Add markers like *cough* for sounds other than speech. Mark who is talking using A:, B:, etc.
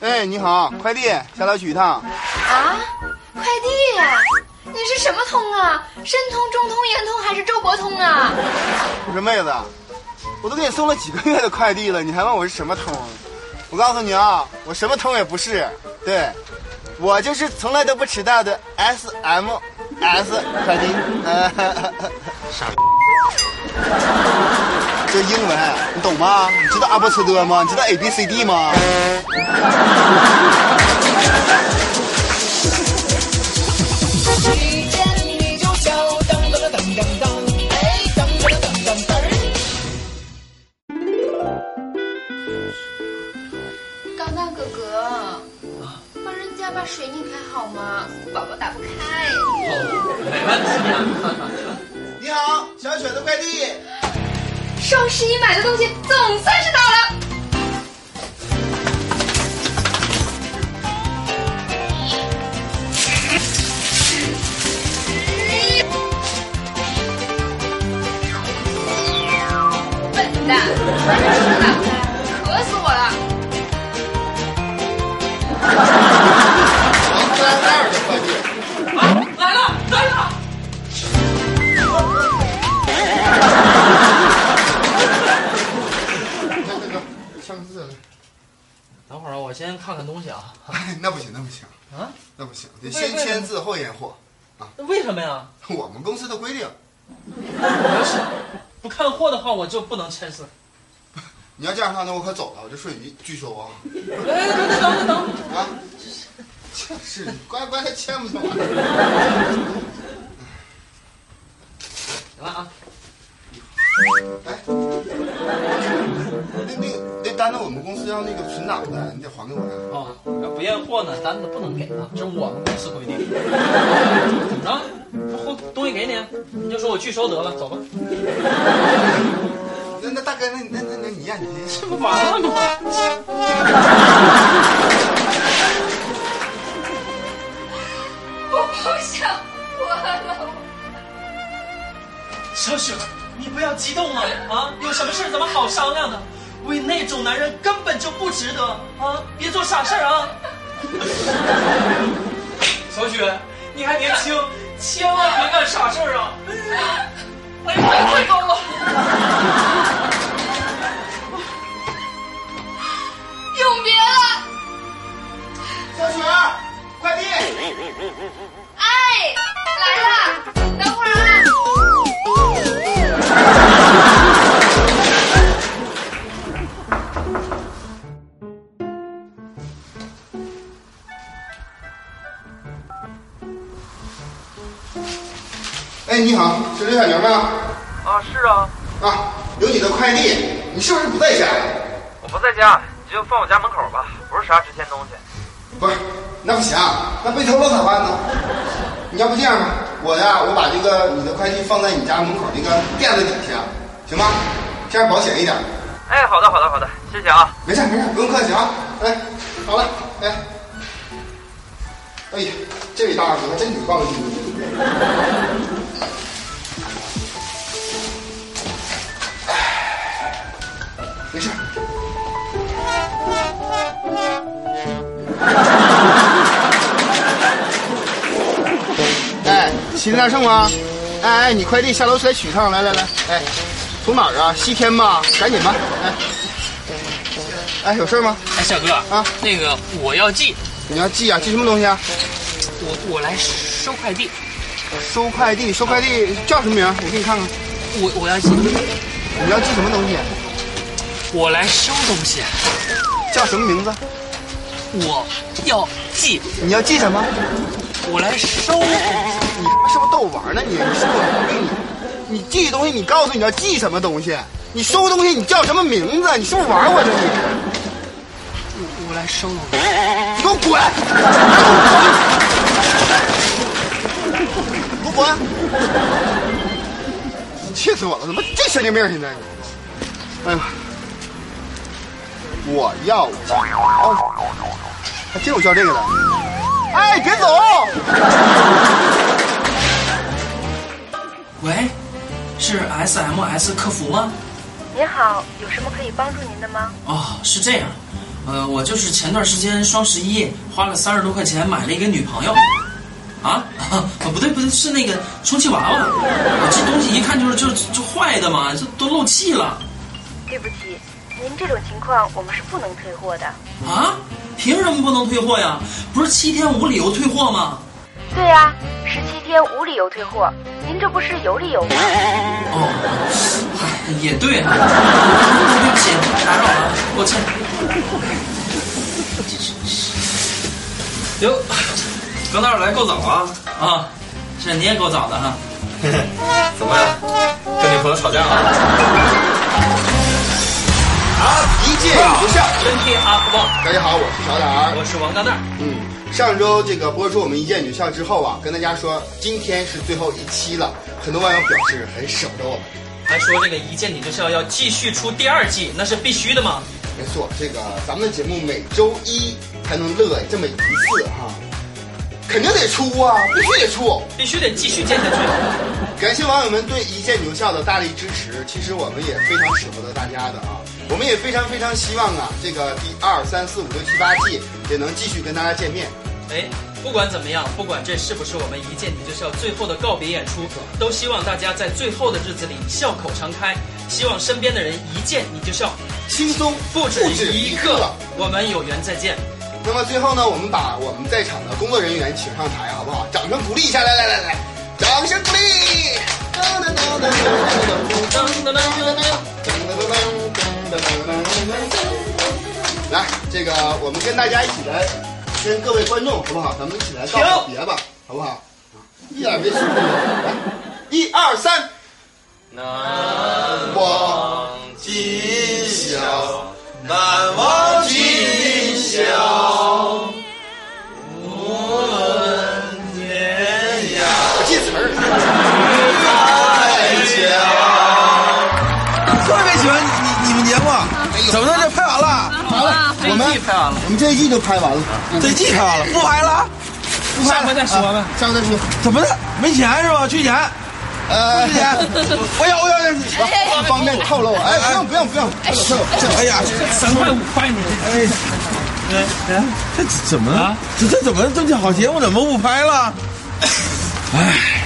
A: 哎，你好，快递，下楼取一趟。
B: 啊，快递！你是什么通啊？申通、中通、圆通还是周伯通啊？
A: 我说妹子，我都给你送了几个月的快递了，你还问我是什么通？我告诉你啊，我什么通也不是，对，我就是从来都不迟到的 S M S 快递。 *laughs* 呃
C: 傻逼，
A: 这英文你懂吗？你知道阿波茨多吗？你知道 A B C D 吗？
D: 遇见你就笑，噔噔噔噔噔噔，哎，噔噔噔噔噔噔。
B: 钢蛋哥哥，帮人家把水拧开好吗？宝宝打不开。
A: 你好，小雪的快递。
B: 双十一买的东西总算是到了。笨蛋，把这手都打不开，渴死我了。
D: 来了，来了。
A: 上次了，
C: 等会儿啊我先看看东西啊。
A: 那不行，那不行，
C: 啊？
A: 那不行，得
C: 为为
A: 先
C: 什么
A: 签字后验货。
C: 那为什么呀？
A: 我们公司的规定，
C: 不看货的话，我就不能签字。
A: 你要这样的话，那我可走了，我这瞬移拒收啊！
C: 哎，等等等等等，
A: 啊，是你乖乖的签不就完了？
C: 行了啊。
A: 哎，那那个那单子我们公司要那个存档的，你得还给我呀。
C: 哦，要不验货呢，单子不能给啊，这是我们公司规定。 *laughs* 怎么着？不货东西给你，你就说我拒收得了， *laughs* 走吧。
A: 那那大哥，那那那那你验你先
C: 这不完了吗？
B: 我不想活了。
C: 小雪，你不要激动啊啊！有什么事咱们好商量的。为那种男人根本就不值得啊！别做傻事儿 *laughs* 啊！小雪，你还年轻，千万别干傻事儿啊！哎呀，太高了！
B: 永别了，
A: 小雪，快递，
B: 哎，来了，等会儿啊。
A: 哎，你好，是刘小宁吗？
E: 啊，是啊，
A: 啊，有你的快递，你是不是不在家呀？
E: 我不在家，你就放我家门口吧，不是啥值钱东西。
A: 不是，那不行，那被偷了咋办呢？你要不这样吧，我呀，我把这个你的快递放在你家门口那个垫子底下，行吗？这样保险一点。
E: 哎，好的，好的，好的，谢谢啊。
A: 没事没事，不用客气啊。哎，好了，哎，哎呀，这位大哥真挺棒心的。哎没事，哎，齐天大圣吗？哎哎，你快递下楼来取一趟，来来来，哎，从哪儿啊？西天吧，赶紧吧，哎。哎，有事儿吗？
C: 哎，小哥
A: 啊，
C: 那个我要寄，
A: 你要寄啊？寄什么东西啊？
C: 我我来收快递，
A: 收快递，收快递叫什么名儿？我给你看看。
C: 我我要寄，
A: 你要寄什么东西？
C: 我来收东西，
A: 叫什么名字？
C: 我要寄，
A: 你要寄什么？
C: 我来收。
A: 你他妈是不是逗我玩儿呢？你你是不是有病你？你寄东西，你告诉你要寄什么东西？你收东西，你叫什么名字？你是不是玩儿我呢？你
C: 我来收东西。
A: 你给我滚！你给我滚！你气死我了！怎么这神经病儿现在？啊哎呀，我要我要哦，还真有叫这个的。哎，别走！
C: 喂，是 S M S 客服吗？
F: 您好，有什么可以帮助您的吗？
C: 哦，是这样
F: 呃，我就是前段时间双十一花了三十多块钱买了一个女朋友。啊 *laughs* 啊，不对不对，是那个充气娃娃。我这东西一看就是就是就坏的嘛，这都漏气了
G: 对不起，您这种情况我们是不能退货的。
F: 啊！凭什么不能退货呀？不是七天无理由退货吗？
G: 对呀、啊，十七天无理由退货，您这不是有理由吗？
F: 哦，
C: 哎
F: 唉也对啊。对不起，打扰
C: 啊
F: 了，抱歉。
C: 哟，刚那儿来够早啊！
F: 啊，是你也够早
C: *laughs*
F: 的哈。
C: 怎么跟女朋友吵架了？
A: 一见如不上。
C: 真替阿福旺，
A: 大家好，我是小胆儿。
C: 我是王大蛋儿。
A: 嗯，上周这个播出我们一见女校之后啊，跟大家说今天是最后一期了，很多网友表示很舍不得我们。
C: 还说这个一见你就笑要继续出第二季，那是必须的嘛。
A: 没错，这个咱们的节目每周一才能乐这么一次哈、肯定得出啊，必须得出。
C: 必须得继续见下去。
A: 感谢网友们对一见牛校的大力支持，其实我们也非常舍不得大家的啊，我们也非常非常希望啊，这个第二、三、四、五、六、七、八季也能继续跟大家见面。
C: 哎，不管怎么样，不管这是不是我们一见你就笑最后的告别演出，都希望大家在最后的日子里笑口常开，希望身边的人一见你就笑，
A: 轻松
C: 不止一个
A: 了。。
C: 我们有缘再见。
A: 那么最后呢，我们把我们在场的工作人员请上台，好不好？掌声鼓励一下，来来来来，掌声鼓励！噔噔噔噔噔噔噔噔噔噔噔噔噔噔噔噔来，这个我们跟大家一起来，跟各位观众好不好？咱们一起来道个别吧，好不好？一点没羞辱，来，一二三，难忘今宵，难忘今宵。我记词儿。
H: 特别喜欢你你们节目，怎么的？这拍完了，
A: 好了，我们拍完了，我们这一季就拍完了，
H: 这季拍完了，不拍了？不拍了，
A: 再说吧，下回再说。
H: 怎么的？没钱是吧？缺钱，
A: 呃，
H: 缺钱，我要我要要！
A: 不方便透露，哎，不用不用不用，哎，
H: 哎呀，三块五块你，哎，哎，这怎么了？这这怎么这么好节目怎么不拍了？哎，